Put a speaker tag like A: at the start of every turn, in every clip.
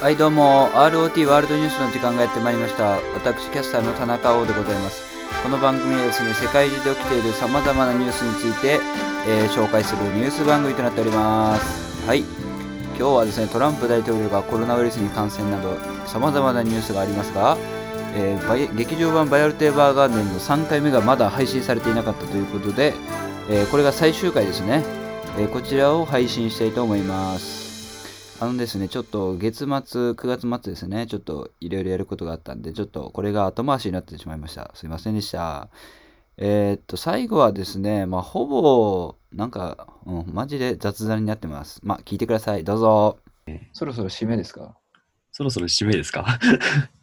A: はいどうも ROT ワールドニュースの時間がやってまいりました私キャスターの田中王でございますこの番組はですね世界中で起きているさまざまなニュースについて、えー紹介するニュース番組となっておりますはい今日はですねトランプ大統領がコロナウイルスに感染などさまざまなニュースがありますが、えーバイ劇場版「バイオルテーバーガーデン」の3回目がまだ配信されていなかったということで、えーこれが最終回ですね、えーこちらを配信したいと思いますあのですね、ちょっと月末、9月末ですね、ちょっといろいろやることがあったんで、ちょっとこれが後回しになってしまいました。すいませんでした。えーっと、最後はですね、まあ、ほぼ、なんか、うん、マジで雑談になってます。まあ、聞いてください。どうぞ。そろそろ締めですか
B: そろそろ締めですか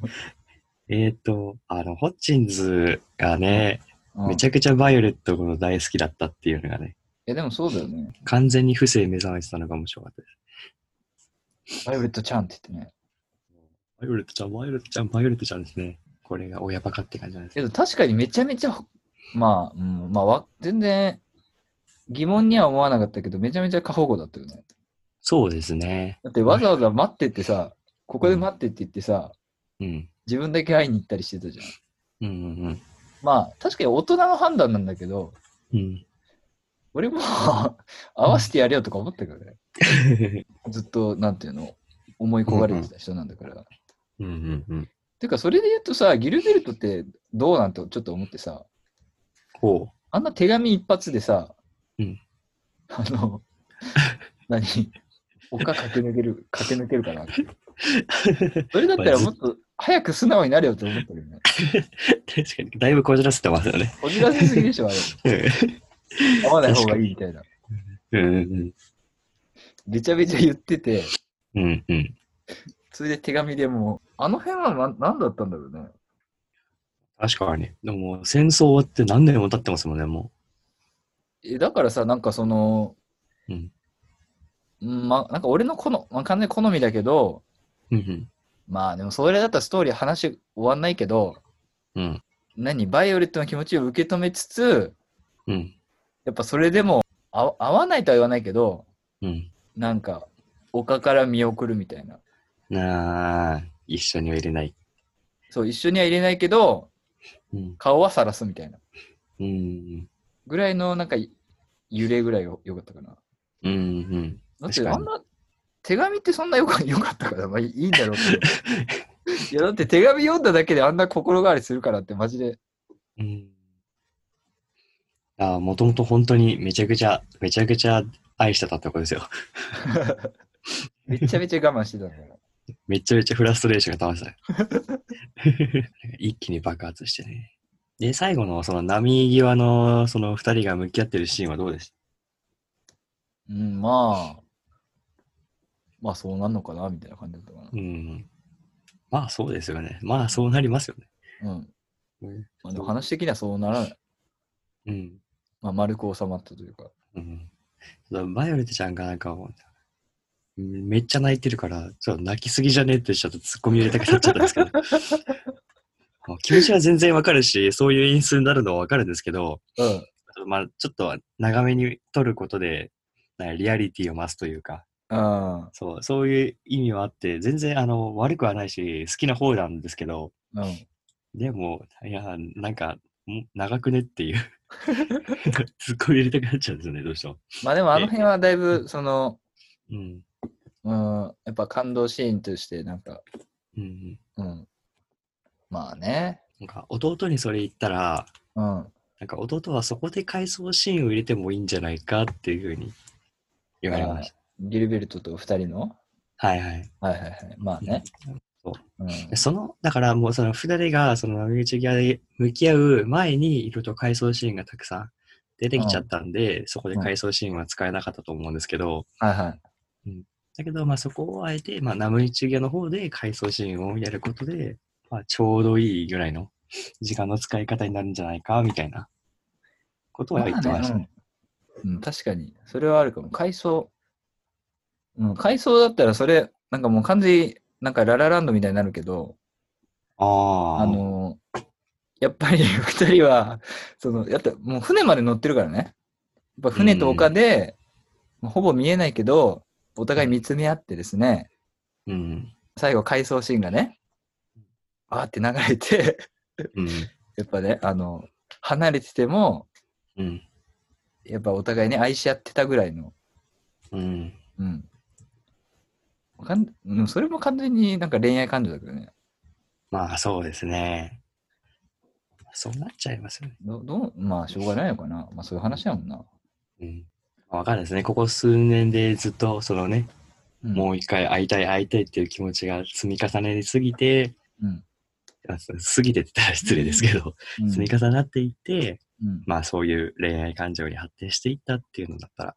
B: えっと、あの、ホッチンズがね、めち
A: ゃ
B: ゃくちゃバイオレットが大好きだったっていうのがね、
A: でもそうだよね。
B: 完全に不正目覚めてたのが面白かったです。
A: バイオレットちゃんって言ってね。
B: バイオレットちゃん、バイオレットちゃん、バイオレットちゃんですね。これが親バカって感じなんです
A: けど確かにめちゃめちゃ、まあ、うん、まあわ、全然疑問には思わなかったけど、めちゃめちゃ過保護だったよね。
B: そうですね。
A: だってわざわざ待ってってさ、ここで待ってって言ってさ、
B: うん。
A: 自分だけ会いに行ったりしてたじゃん。
B: うんうん
A: まあ、確かに大人の判断なんだけど、
B: うん。うん。
A: 俺も 合わせてやれよとか思ったけどね。ずっと、なんていうの、思い焦がれてた人なんだから。
B: うんうんうん。
A: てか、それで言うとさ、ギルベルトってどうなんてちょっと思ってさ、
B: ほ
A: あんな手紙一発でさ、
B: うん
A: あの、何丘駆け抜ける、駆け抜けるかなって。それだったらもっと早く素直になれよと思ったけどね。
B: う。確かに、だいぶこじらせてますよね。
A: こじらせすぎでしょ、あれ。会わない方がいいみたいな。
B: うんうん
A: べちゃべちゃ言ってて、
B: うん。うんうん。
A: それで手紙でもう、あの辺はな何だったんだろうね。
B: 確かに。でも、戦争終わって何年も経ってますもんね、も
A: えだからさ、なんかその、
B: うん
A: うんま、なんか俺の好み、まあ、完全に好みだけど、
B: う。うん
A: まあでもそれだったらストーリー話終わんないけど、
B: うん。うん。
A: 何、バイオレットの気持ちを受け止めつつ、
B: うん。
A: やっぱそれでもあ合わないとは言わないけど、
B: うん。
A: なんか、丘から見送るみたいな。
B: なあ、一緒には入れない。
A: そう、一緒には入れないけど、
B: うん。
A: 顔は晒すみたいな。
B: うん。
A: ぐらいの、なんか、揺れぐらいが良かったかな。
B: うん。うん。
A: だって
B: 確かに
A: あんな手紙ってそんなよかよかったから、まあいいいいんだろうけ ど。いやだって手紙読んだだけであんな心変わりするからってマジで。
B: うん。ああ、もともと本当にめちゃくちゃ、めちゃくちゃ愛してたってことですよ。
A: めちゃめちゃ我慢してたんだから。
B: めちゃめちゃフラストレーションが溜まってた。 一気に爆発してね。で、最後のその波際のその二人が向き合ってるシーンはどうでし
A: うん、まあ、まあそうなんのかなみたいな感じだったか
B: たうん。まあそうですよね。まあそうなりますよね。
A: な。うん。
B: うん
A: まあ、でも話的にはそうならない。
B: うん。
A: まあ丸く収まったというか。
B: うん。そのバイオレットちゃんがなんか、うんめっちゃ泣いてるから、ちょっと泣きすぎじゃねえってちょっとツッコミ入れたくなっちゃったんですけど。あ気持ちは全然わかるし、そういう因数になるのはわかるんですけど、
A: うん。
B: まあ、ちょっと長めに撮ることで、なんかリアリティを増すというか、
A: あ
B: そう、そういう意味はあって、全然あの悪くはないし、好きな方なんですけど、
A: あ、うん。
B: でも、いや、なんか、ん長くねっていう、 ツッコミ入れたくなっちゃうんですよね、どうしても。
A: まあでもあの辺はだいぶ、その、
B: うん。
A: うん、やっぱ感動シーンとして、なんか、
B: うんうん
A: うん。まあね。
B: なんか弟にそれ言ったら、
A: うん。
B: なんか弟はそこで回想シーンを入れてもいいんじゃないかっていうふうに言われました。
A: ギルベルトと二人の
B: はいはい。
A: はいはいはい。まあね。うん。
B: でその、だからもうその二人がその波打ち際で向き合う前にいろいろ回想シーンがたくさん出てきちゃったんで、そこで回想シーンは使えなかったと思うんですけど、
A: はいはい。
B: だけどまあそこをあえて、まあ、波打ち際の方で回想シーンをやることで、まあ、ちょうどいいぐらいの時間の使い方になるんじゃないかみたいなことは言ってました。
A: ねうんうん、確かに。それはあるかも。回想。うん、回想だったらそれ、なんかもう完全に、なんかララランドみたいになるけど、
B: あ
A: あ
B: あ。
A: のーやっぱり 二人は、その、やったもう船まで乗ってるからね。やっぱ船と丘で、まあほぼ見えないけど、お互い見つめ合ってですね、
B: うん。
A: 最後、回想シーンがね、あーって流れて、
B: うん。
A: やっぱね、あの、離れてても、
B: うん。
A: やっぱお互いね、愛し合ってたぐらいの、
B: うん。
A: うん。かんうんそれも完全になんか恋愛感情だけどね。
B: まあ、そうですね。そうなっちゃいますよね。
A: どどうまあ、しょうがないのかな。まあ、そういう話やもんな。
B: うん。まあわかんないですね。ここ数年でずっと、そのね、
A: うん、
B: もう一回会いたい会いたいっていう気持ちが積み重ねすぎて、
A: うん、
B: あす過ぎてって言ったら失礼ですけど、
A: うん、
B: 積み重なっていって、
A: うん
B: まあそういう恋愛感情に発展していったっていうのだったら、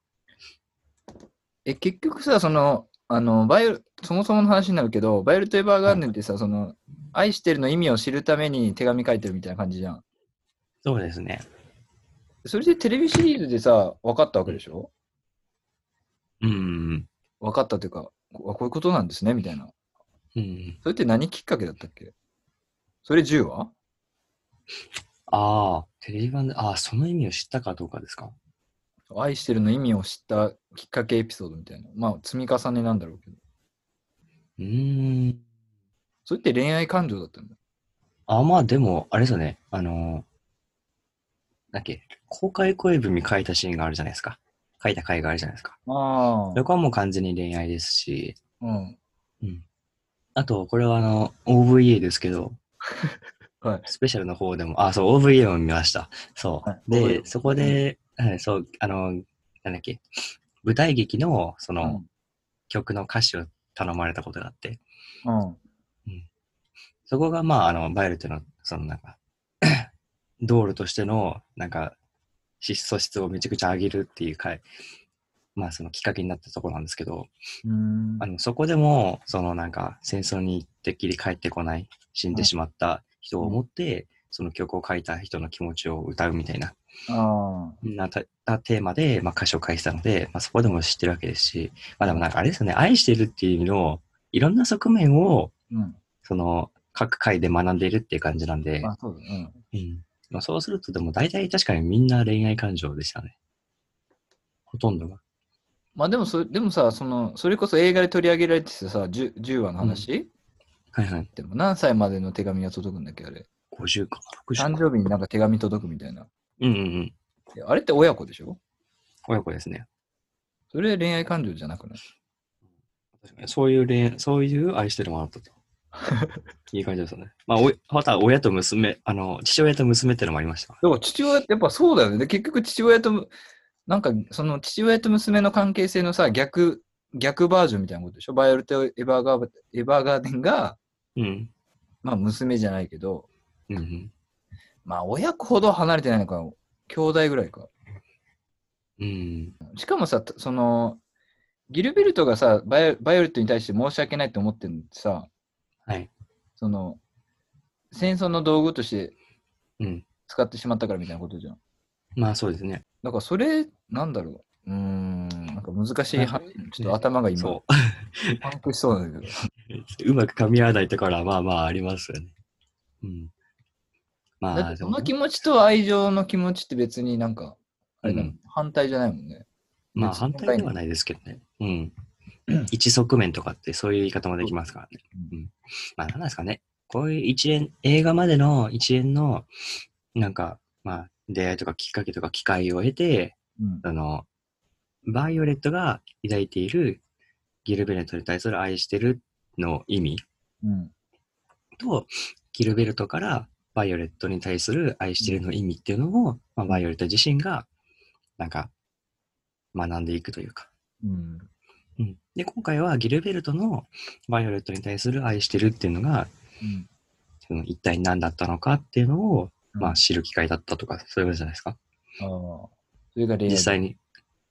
A: え、結局さ、その、あの、バイオル、そもそもの話になるけど、バイオルト・エヴァーガーデンってさ、その、愛してるの意味を知るために手紙書いてるみたいな感じじゃん。
B: そうですね。
A: それでテレビシリーズでさ、分かったわけでしょ
B: うん。
A: 分かったというか、こあこういうことなんですね、みたいな。
B: うん。
A: それって何きっかけだったっけそれ10話
B: ああ、テレビ版で、ああ、その意味を知ったかどうかですか。
A: 愛してるの意味を知ったきっかけエピソードみたいな。まあ、積み重ねなんだろうけど。
B: うーん。
A: それって恋愛感情だったんだ。
B: あ、まあでも、あれですよね。あのー、だっけ、公開恋文書いたシーンがあるじゃないですか。書いた回があるじゃないですか。
A: あ
B: そこはもう完全に恋愛ですし、
A: あ。うん。
B: うん。あと、これはあの、OVA ですけど、
A: はい
B: スペシャルの方でも、あ、そう、OVA も見ました。そう。
A: はい
B: で、
A: OVA
B: そこで、はい、そう、あの、なんだっけ、舞台劇の、そうの、
A: ん。
B: 曲の歌詞を頼まれたことがあって、
A: うん。
B: そこが、まあ、あの、バイオレットの、その、なんか、 道路としての、なんか、質素質をめちゃくちゃ上げるっていう回、まあ、そのきっかけになったところなんですけど、
A: うーん
B: あのそこでも、そのなんか戦争に行ってっきり帰ってこない、死んでしまった人を思って、その曲を書いた人の気持ちを歌うみたいな、
A: あ
B: なたたテーマで、まあ、歌詞を書いてたので、まあ、そこでも知ってるわけですし、まあでもなんかあれですよね、愛してるっていう意味の、いろんな側面を、
A: ー。うん。
B: その、各回で学んでいるっていう感じなんで、
A: まあ、そうだ。うん。
B: うんまあ、そうすると、でも大体確かにみんな恋愛感情でしたね。ほとんどが。
A: まあでもそ、でもさ、その、それこそ映画で取り上げられてたさ、10, 10話の話、
B: はいはい。
A: でも何歳までの手紙が届くんだっけあれ。
B: 50か、60
A: 誕
B: か。
A: 生日になんか手紙届くみたいな。
B: うんうんうん。
A: いやあれって親子でしょ
B: 親子ですね。
A: それ恋愛感情じゃなくない
B: 確かにそういう恋、そういう愛してるものだった と。いい感じですよね。まあ、おいまた親と娘、あの、父親と娘ってのもありましたか
A: でも父親ってやっぱそうだよね。で結局父親とむ、なんかその父親と娘の関係性のさ、逆、逆バージョンみたいなことでしょバイオルト・エヴァーガーエヴァーガーデンが、
B: ら。うん。
A: まあ娘じゃないけど、
B: うんうん。
A: まあ親子ほど離れてないのか、兄弟ぐらいか。
B: うん。
A: しかもさ、たその、ギルベルトがさ、バイオバイオレットに対して申し訳ないと思ってるのってさ、
B: はい。
A: その、戦争の道具として
B: うん。
A: 使ってしまったからみたいなことじゃん。
B: まあ、そうですね。
A: だからそれ、なんだろう。うーん、なんか難しい話、ちょっと頭が今、
B: そ
A: パンクしそうなんだけど。
B: う。うまく噛み合わないところは、まあまあありますよね。う
A: だ
B: ん。
A: っ
B: まあ、
A: て
B: で
A: そ
B: もね
A: の気持ちと愛情の気持ちって別になんか、あれだもん
B: うん
A: 反対じゃないもんね。
B: まあ反対ではないですけどね。うん。一側面とかってそういう言い方もできますからね。うん。まあ何なんですかね。こういう一連、映画までの一連の、なんか、まあ出会いとかきっかけとか機会を得て、
A: うん。
B: あの、バイオレットが抱いているギルベルトに対する愛してるの意味
A: うん。
B: と、ギルベルトからバイオレットに対する愛してるの意味っていうのを、まあ、バイオレット自身が、なんか、学んでいくというか。
A: うん。
B: うんで、今回はギルベルトのバイオレットに対する愛してるっていうのが、
A: うん。
B: その一体何だったのかっていうのを、まあ
A: あ
B: 知る機会だったとか、そういうことじゃないですか。
A: あー。それが恋愛。
B: 実際に、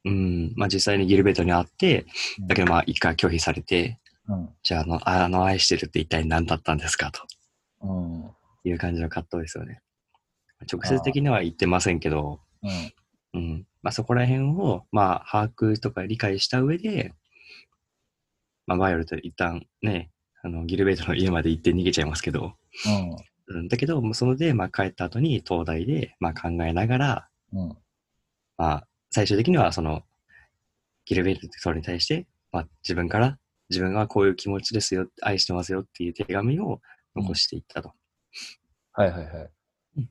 B: うん、まあ実際にギルベルトに会って、
A: うん
B: だけどまあ一回拒否されて、
A: うん。
B: じゃああの、あの愛してるって一体何だったんですかと
A: うん。うん。
B: いう感じの葛藤ですよね。直接的には言ってませんけど、うん、まあそこら辺を、まあ把握とか理解した上で、まあバイオレット一旦ね、あの、ギルベルトの家まで行って逃げちゃいますけど、うん、だけど、もうそので、まあ、帰った後に東大で、まあ、考えながら、
A: うん。うん。
B: まあ、最終的にはそのギルベルトに対して、まあ、自分から自分はこういう気持ちですよ、愛してますよっていう手紙を残していったと。
A: はいはいはい。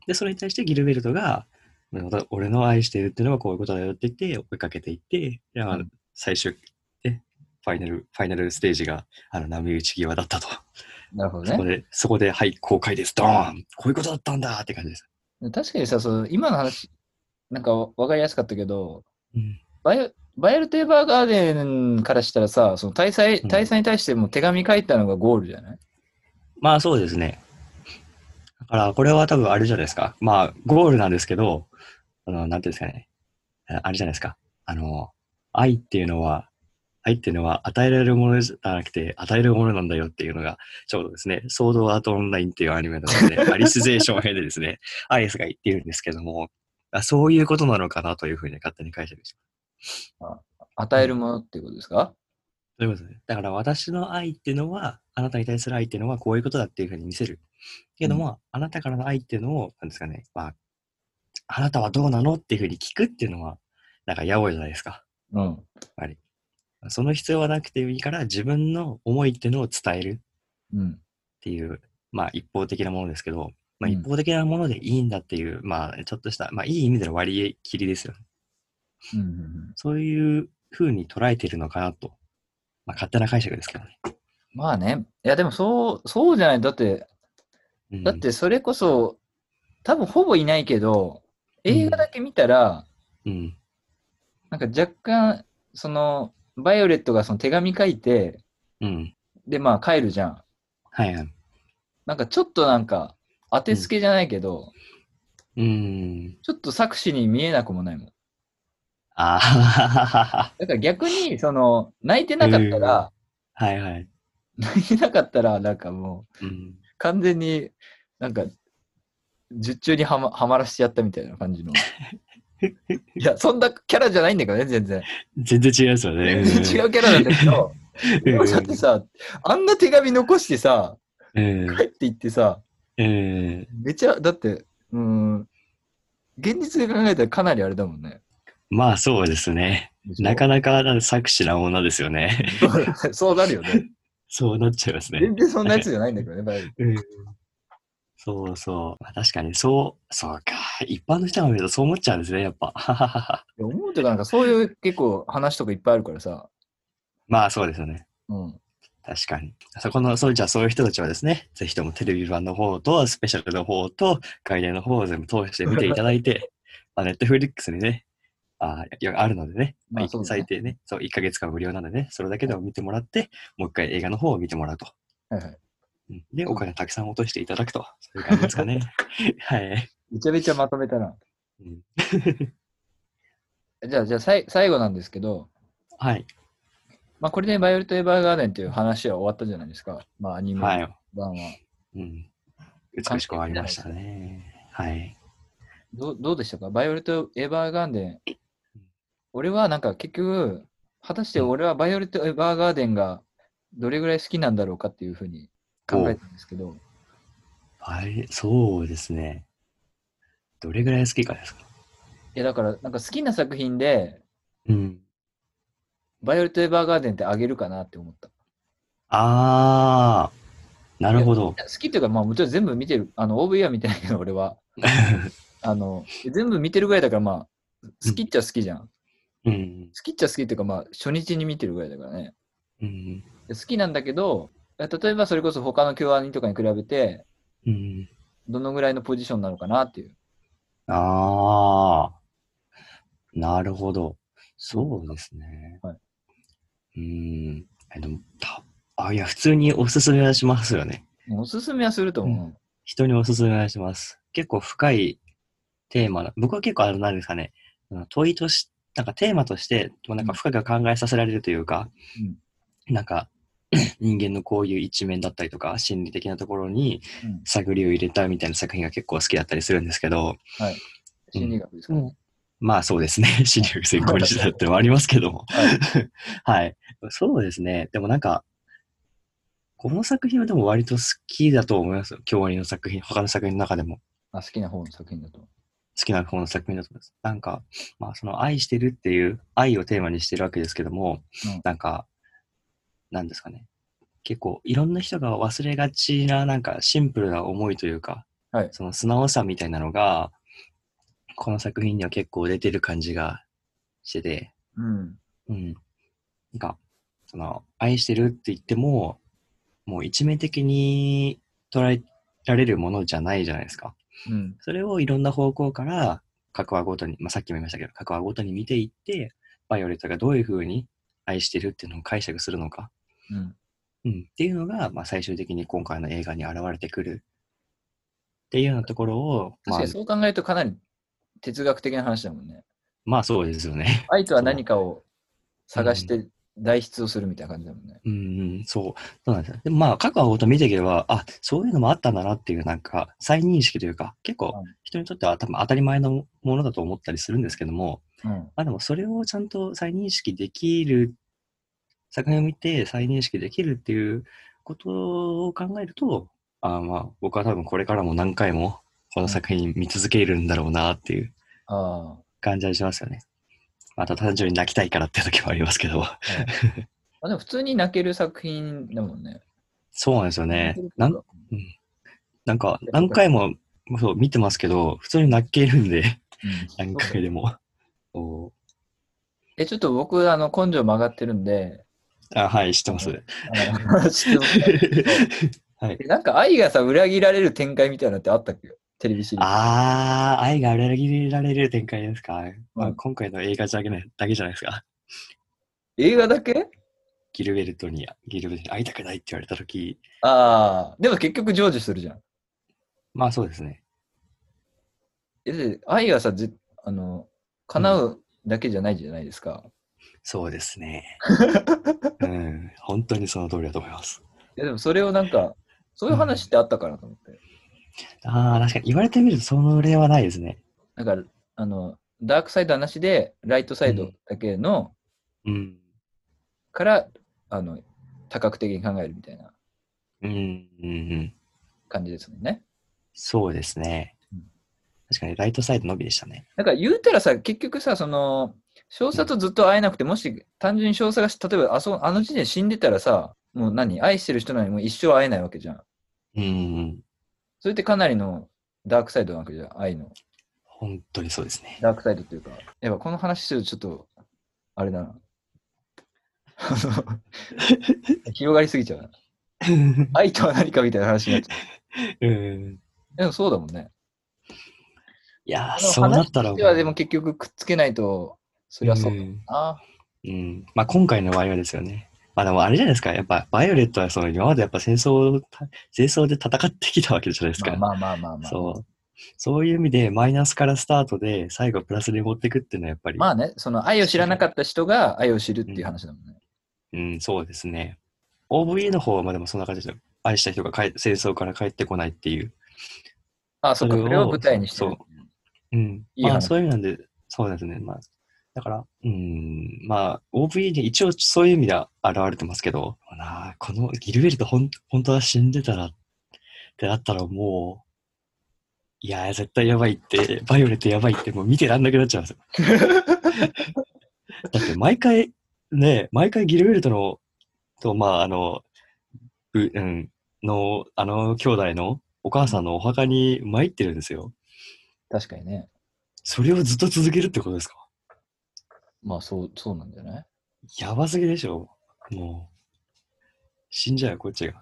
B: で、それに対してギルベルトが、また俺の愛してるっていうのはこういうことだよって言って、追いかけていって、でまあ
A: うん
B: 最終、ねファイナル、ファイナルステージが、あの、波打ち際だったと。
A: なるほど
B: そこ
A: ね。
B: で、そこで、はい、公開です。ドーンこういうことだったんだって感じです。
A: 確かにさ、その今の話、なんかわかりやすかったけど、
B: うん
A: バイオバイオルテーバーガーデンからしたらさ、その大祭
B: うん
A: 大祭に対しても手紙書いたのがゴールじゃない、
B: まあそうですね。だから、これは多分あれじゃないですか。まあ、ゴールなんですけど、あの、なんていうんですかね。ああれじゃないですか。あの、愛っていうのは、愛っていうのは与えられるものじゃなくて、与えるものなんだよっていうのが、ちょうどですね、ソードアートオンラインっていうアニメなので、アリスゼーション編でですね、アリスが言っているんですけども、あそういうことなのかなというふうに勝手に解釈します
A: 与えるものっていうことですか、
B: そういうことですね。だから私の愛っていうのは、あなたに対する愛っていうのはこういうことだっていうふうに見せる。けども、あなたからの愛っていうのを、なんですかね、まあ、あなたはどうなのっていうふうに聞くっていうのは、なんかやおいじゃないですか。
A: うん、
B: その必要はなくていいから、自分の思いっていうのを伝える
A: うん。
B: っていう、まあ一方的なものですけど、ま
A: う
B: あ
A: ん
B: 一方的なものでいいんだっていう、まあちょっとした、まあいい意味での割り切りですよね。
A: うんうんうん
B: そういうふうに捉えているのかなと。まあ勝手な解釈ですけどね。
A: まあね。いや、でもそう、そうじゃない。だって、
B: うん
A: だってそれこそ、多分ほぼいないけど、映画だけ見たら、
B: うん。
A: なんか若干、その、バイオレットがその手紙書いて、
B: うん。
A: で、まあ帰るじゃん。
B: はいはい。
A: なんかちょっとなんか、当てつけじゃないけど、
B: うーん。
A: ちょっと作詞に見えなくもないもん。
B: ああ、
A: だから逆に、その、泣いてなかったら、
B: はいはい。
A: 泣いてなかったら、なんかもう、
B: うん、
A: 完全になんか、術中にはまはまらしちゃったみたいな感 じの。いや、そんなキャラじゃないんだけどね、全然。
B: 全然違いますよね。
A: 全然違うキャラなんだけど、
B: うん。
A: だってさ、あんな手紙残してさ、
B: うん。
A: 帰っていってさ、
B: うん。
A: めちゃ、だって、うーん、現実で考えたらかなりあれだもんね。
B: まあそうですね。なかなかなんか作詞な女ですよね。
A: そうそうなるよね。
B: そうなっちゃいますね
A: 全。然そんなやつじゃないんだけどね、バイオリン
B: うん、そうそう。まあ確かに、そう、そうか。一般の人が見るとそう思っちゃうんですね、やっぱ。
A: いや思うというか、なんかそういう結構話とかいっぱいあるからさ。
B: まあそうですよね。
A: うん。
B: 確かに。そこの、そう、じゃあそういう人たちはですね、ぜひともテレビ版の方と、スペシャルの方と、概念の方を全部通して見ていただい て、まあ、ネットフリックスにね、あいやあるのでね、まあ
A: まあそうだね
B: 最低ね、そう、1ヶ月間無料なのでね、それだけでも見てもらって、もう一回映画の方を見てもらうと。
A: はいはい。
B: うんで、お金たくさん落としていただくと。そういう感じですかね。 はい。
A: めちゃめちゃまとめたな。
B: うん
A: じゃあ、じゃあさい最後なんですけど、
B: はい。
A: まあこれでバイオレット・エヴァーガーデンっていう話は終わったじゃないですか。まあアニメ
B: はい。
A: 版は。
B: うん。美しく終わりましたね。はい。
A: どうどうでしたかバイオレット・エヴァーガーデン
B: うん。
A: 俺はなんか結局、果たして俺はバイオレット・エヴァーガーデンがどれぐらい好きなんだろうかっていうふうに考えたんですけど、
B: はい。そうですね。どれぐらい好きかですか
A: いやだからなんか好きな作品で、
B: うん。
A: バイオレット・エヴァーガーデンってあげるかなって思った。
B: あー、なるほど。
A: 好きというか、まあ、もちろん全部見てる、あの、OV は見てないけど、俺 は。あの、全部見てるぐらいだから、まあ、好きっちゃ好きじゃん。好
B: うん。
A: きっちゃ好きっていうか、まあ、初日に見てるぐらいだからね。
B: うん。
A: で好きなんだけど、例えばそれこそ他の京アニとかに比べて、
B: うん。
A: どのぐらいのポジションなのかなっていう。
B: あー、なるほど。そうですね。
A: はい
B: うん。えでもたあ、いや、普通におすすめはしますよね。
A: おすすめはすると思う。
B: 人におすすめはします。結構深いテーマな、僕は結構あれなんですかね、あの問いとし、なんかテーマとして、なんか深く考えさせられるというか、なんか 人間のこういう一面だったりとか、心理的なところに
A: うん
B: 探りを入れたみたいな作品が結構好きだったりするんですけど、
A: 心理学ですから、ね
B: まあそうです ね。心理学専攻にしてたってのもありますけども。はい。そうですね。でもなんか、この作品はでも割と好きだと思いますよ。京アニの作品、他の作品の中でも
A: あ。好きな方の作品だと。
B: 好きな方の作品だと思います。なんか、まあその愛してるっていう、愛をテーマにしてるわけですけども、
A: うん
B: なんか、なんですかね。結構、いろんな人が忘れがちな、なんかシンプルな思いというか、
A: はい
B: その素直さみたいなのが、この作品には結構出てる感じがしてて、
A: うん。
B: うん。なんか、その、愛してるって言っても、もう一面的に捉えられるものじゃないじゃないですか。
A: うん。
B: それをいろんな方向から、各話ごとに、まあ、さっきも言いましたけど、各話ごとに見ていって、バイオレットがどういうふうに愛してるっていうのを解釈するのか、
A: うん。
B: うん、っていうのが、まあ、最終的に今回の映画に現れてくるっていうようなところを、
A: 確
B: まあ
A: かに、そう考えるとかなり哲学的な話だもんね。
B: まあそうですよね。
A: 愛とは何かを探して代筆をするみたいな感じだもんね。
B: うんうん、そう。そうなんですよ。でもまあ、各話ごと見ていけば、あ、そういうのもあったんだなっていう、なんか、再認識というか、結構
A: うん、
B: 人にとっては多分当たり前のものだと思ったりするんですけども、
A: うん。
B: まあでもそれをちゃんと再認識できる、作品を見て再認識できるっていうことを考えると、あーまあ僕は多分これからも何回もこの作品見続けるんだろうなっていう
A: あ
B: 感じはしますよね。また単純に泣きたいからって時もありますけど。
A: あ。でも普通に泣ける作品だもんね。
B: そうなんですよね
A: 泣ける。
B: なんなんか何回もそう見てますけど、普通に泣けるんで、
A: うん
B: 何回でも。おー
A: え、ちょっと僕、あの、根性曲がってるんで、
B: あはい、知ってます。
A: あの 質問
B: はい、
A: なんか愛がさ、裏切られる展開みたいなのってあったっけテレビシリーズ。
B: ああ、愛が裏切られる展開ですか。
A: う
B: まあ、
A: ん
B: 今回の映画だけなだけじゃないですか。
A: 映画だけ
B: ギルベルトに、ギルベルトに会いたくないって言われたとき、
A: ああ。でも結局成就するじゃん。
B: まあそうですね。
A: えで愛はさ、ぜあの、叶うだけじゃないじゃないですか。
B: そうです ね。うん、本当にその通りだと思います。
A: いやでもそれをなんか、そういう話ってあったかなと思って。
B: ああ、確かに言われてみるとそれはないですね。
A: だから、あの、ダークサイドはなしで、ライトサイドだけの、
B: うん。
A: から、あの、多角的に考えるみたいな
B: うん、うん、うん。
A: 感じですもんね。
B: そうですね
A: うん。
B: 確かにライトサイドのみでしたね。
A: だから言うたらさ、結局さ、その、少佐とずっと会えなくて、もし単純に少佐がし、例えばあそあの時点で死んでたらさ、もう何愛してる人なのにもう一生会えないわけじゃん。
B: うん。
A: それってかなりのダークサイドなわけじゃん、愛の。
B: 本当にそうで すね。
A: ダークサイドっていうか、やっぱこの話するとちょっと、あれだ な。広がりすぎちゃうな。愛とは何かみたいな話になっちゃ
B: うん。
A: う。でもそうだもんね。
B: いやー、
A: でも
B: そうなったら
A: 話
B: も
A: と
B: う。
A: してはでも結局くっつけないと、そりゃそうだ
B: ん
A: な。
B: うん。まあ、今回の場合はですよね。まあ、でもあれじゃないですか。やっぱ、バイオレットはその今までやっぱ戦争を、戦争で戦ってきたわけじゃないですか。
A: まあまあまあまあ、まあ。
B: そう。そういう意味で、マイナスからスタートで、最後プラスに持っていくっていうのはやっぱり、
A: まあね、その愛を知らなかった人が愛を知るっていう話だもんね。
B: うん、そうですね。OVA の方はまあでもそんな感じで、愛した人が帰戦争から帰ってこないっていう。
A: あ、そっか、
B: それ
A: これ
B: を
A: を舞台にしてる。
B: うん。
A: いい話
B: まあ、そういうなんで、そうですね。まあ、だから、うん、まあ、OVA で一応そういう意味では現れてますけど、なあこのギルベルトほん、本当は死んでたらってなったらもう、いやー、絶対やばいって、バイオレットやばいって、もう見てらんなくなっちゃいますよ。 だって毎回、ね、毎回ギルベルトの、と、まあ、あの、ううん、の、あの兄弟のお母さんのお墓に参ってるんですよ。
A: 確かにね。
B: それをずっと続けるってことですか
A: まあそう、そうなんじゃない
B: やばすぎでしょ。もう。死んじゃうよ、こっちが。
A: い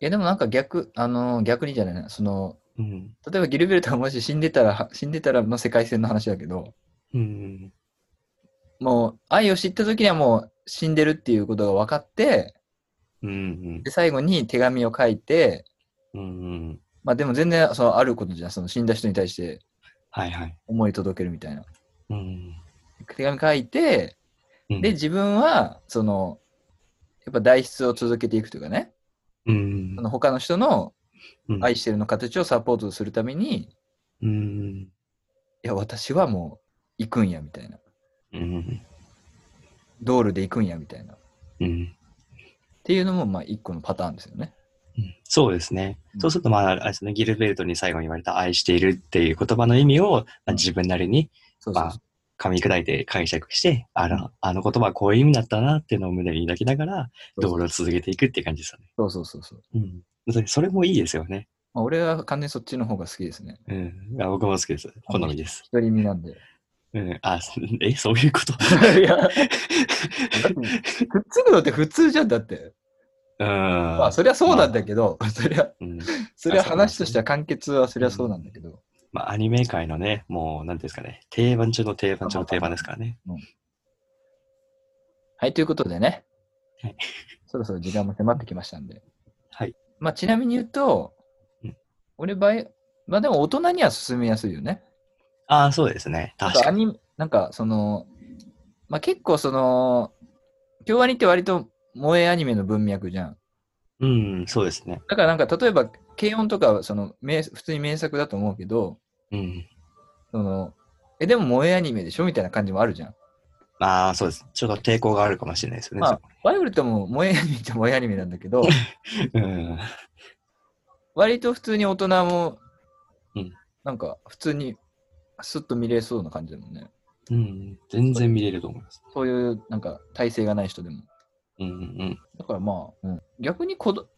A: や、でもなんか逆、あの逆にじゃないな。その、
B: うん。
A: 例えばギルベルトがもし死んでたら、死んでたらの世界線の話だけど、
B: うん。
A: もう愛を知った時にはもう死んでるっていうことが分かって、
B: うん。うん
A: で、最後に手紙を書いて、
B: うん。うん。
A: まあでも全然そのあることじゃん、その死んだ人に対して
B: はいはい。
A: 思い届けるみたいな。
B: うん。
A: 手紙書いて、
B: うん
A: で、、自分は、その、やっぱ代筆を続けていくというかね、
B: うん
A: そ。の他の人の
B: うん
A: 愛してるの形をサポートするために、い
B: うん。
A: や、私はもう行くんや、みたいな。
B: うん。
A: 道路で行くんや、みたいな。っ
B: うん。
A: ていうのも、まあ、一個のパターンですよね。
B: そうですね。そうすると、まあ、あれですね、ギルベルトに最後に言われた愛しているっていう言葉の意味を、まあ、自分なりに
A: そうそう
B: ま
A: そう
B: あ噛み砕いて解釈して、あの、あの言葉はこういう意味だったなっていうのを胸に抱きながら、道路を続けていくっていう感じですよね。
A: そうそうそうそう。
B: うん。だってそれもいいですよね。
A: まあ、俺は完全にそっちの方が好きですね。
B: うん。あ僕も好きです。好みです。
A: 独り身 なんで。
B: うん。あ、 そえ、そういうこと
A: いや、 だってくっつくのって普通じゃんだって。
B: うん。
A: まあ、そりゃそうなんだけど、そりゃ、
B: うん
A: そりゃ話としては完結はそりゃそうなんだけど。
B: まあ、アニメ界のね、もう、なんていうんですかね、定番中の定番中の定番ですからね。
A: はい、ということでね
B: はい、
A: そろそろ時間も迫ってきましたんで。
B: はい。
A: まあ、ちなみに言うと
B: うん、
A: 俺バイ、まあでも大人には進みやすいよね。
B: ああ、そうですね。
A: なん
B: 確
A: かア
B: かに。
A: ニメ、なんかその、まあ結構その、京アニって割と萌えアニメの文脈じゃん。
B: うん、そうですね。
A: だからなんか例えば、軽音とかはその名普通に名作だと思うけど、
B: うん。
A: その、え、でも萌えアニメでしょみたいな感じもあるじゃん。
B: まあ、そうです。ちょっと抵抗があるかもしれないですよね。
A: まあバイオレットも萌えアニメって萌えアニメなんだけど、
B: そこうん。
A: 割と普通に大人も、
B: うん
A: なんか普通にスッと見れそうな感じだもんね。
B: うん。全然見れると思います。
A: そういうなんか体勢がない人でも。
B: うんうん。
A: だからまあ、うん逆に子ど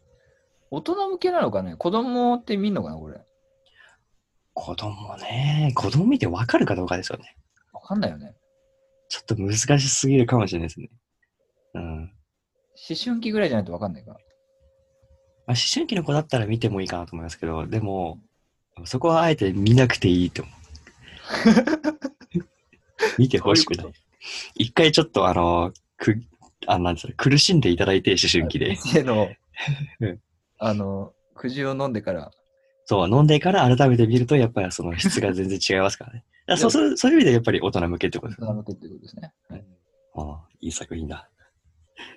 A: 大人向けなのかね子供って見んのかなこれ。わ
B: 子供ね、子供見てわかるかどうかですよね。
A: かんないよね。
B: ちょっと難しすぎるかもしれないですね。うん。
A: 思春期ぐらいじゃないとわかんないから。
B: まあ、思春期の子だったら見てもいいかなと思いますけど、でも、そこはあえて見なくていいと思う。 見てほしくな
A: そう
B: い
A: い。
B: 一回ちょっとあの、く、あ、なんつうの、苦しんでいただいて、思春期で。
A: 店の
B: うん、
A: あの、くじを飲んでから。
B: そう、飲んでから改めて見ると、やっぱりその質が全然違いま すからね。だからそうそうそういう意味でやっぱり大人向けってことです
A: 大
B: ね
A: 人。向けってことですね。はい
B: ああいい作品だ。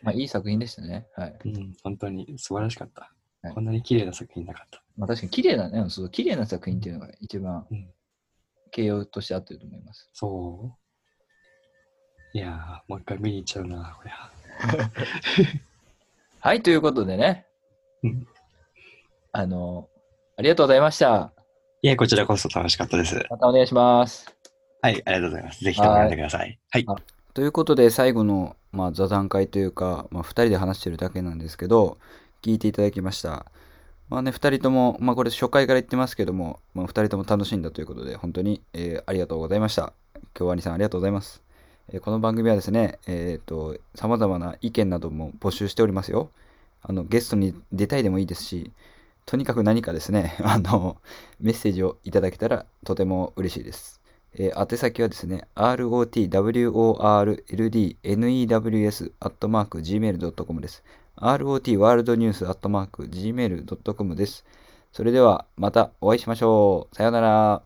A: まあ、いい作品でしたね。はい。
B: うん、本当に素晴らしかった。
A: はい
B: こんなに綺麗な作品なかった。
A: まあ、確かに綺麗だね。そう、綺麗な作品っていうのが一番
B: うん、
A: 形容として合ってると思います。
B: そう。いやー、もう一回見に行っちゃうな、これは。
A: はい、ということでね
B: うん。
A: あの、ありがとうございました。
B: いや、こちらこそ楽しかったです。
A: またお願いします。
B: はい、ありがとうございます。ぜひともやってください。はい。
C: ということで最後の、まあ、座談会というか、まあ、2人で話してるだけなんですけど聞いていただきましたまあね2人とも、まあ、これ初回から言ってますけども、まあ、2人とも楽しんだということで本当に、えーありがとうございました今日は兄さんありがとうございます、えーこの番組はですねえっ、とさまざまな意見なども募集しておりますよあのゲストに出たいでもいいですしとにかく何かですね あのメッセージをいただけたらとても嬉しいですえー宛先はですね、rotworldnews.gmail.com です。rotworldnews.gmail.com です。それではまたお会いしましょう。さようなら。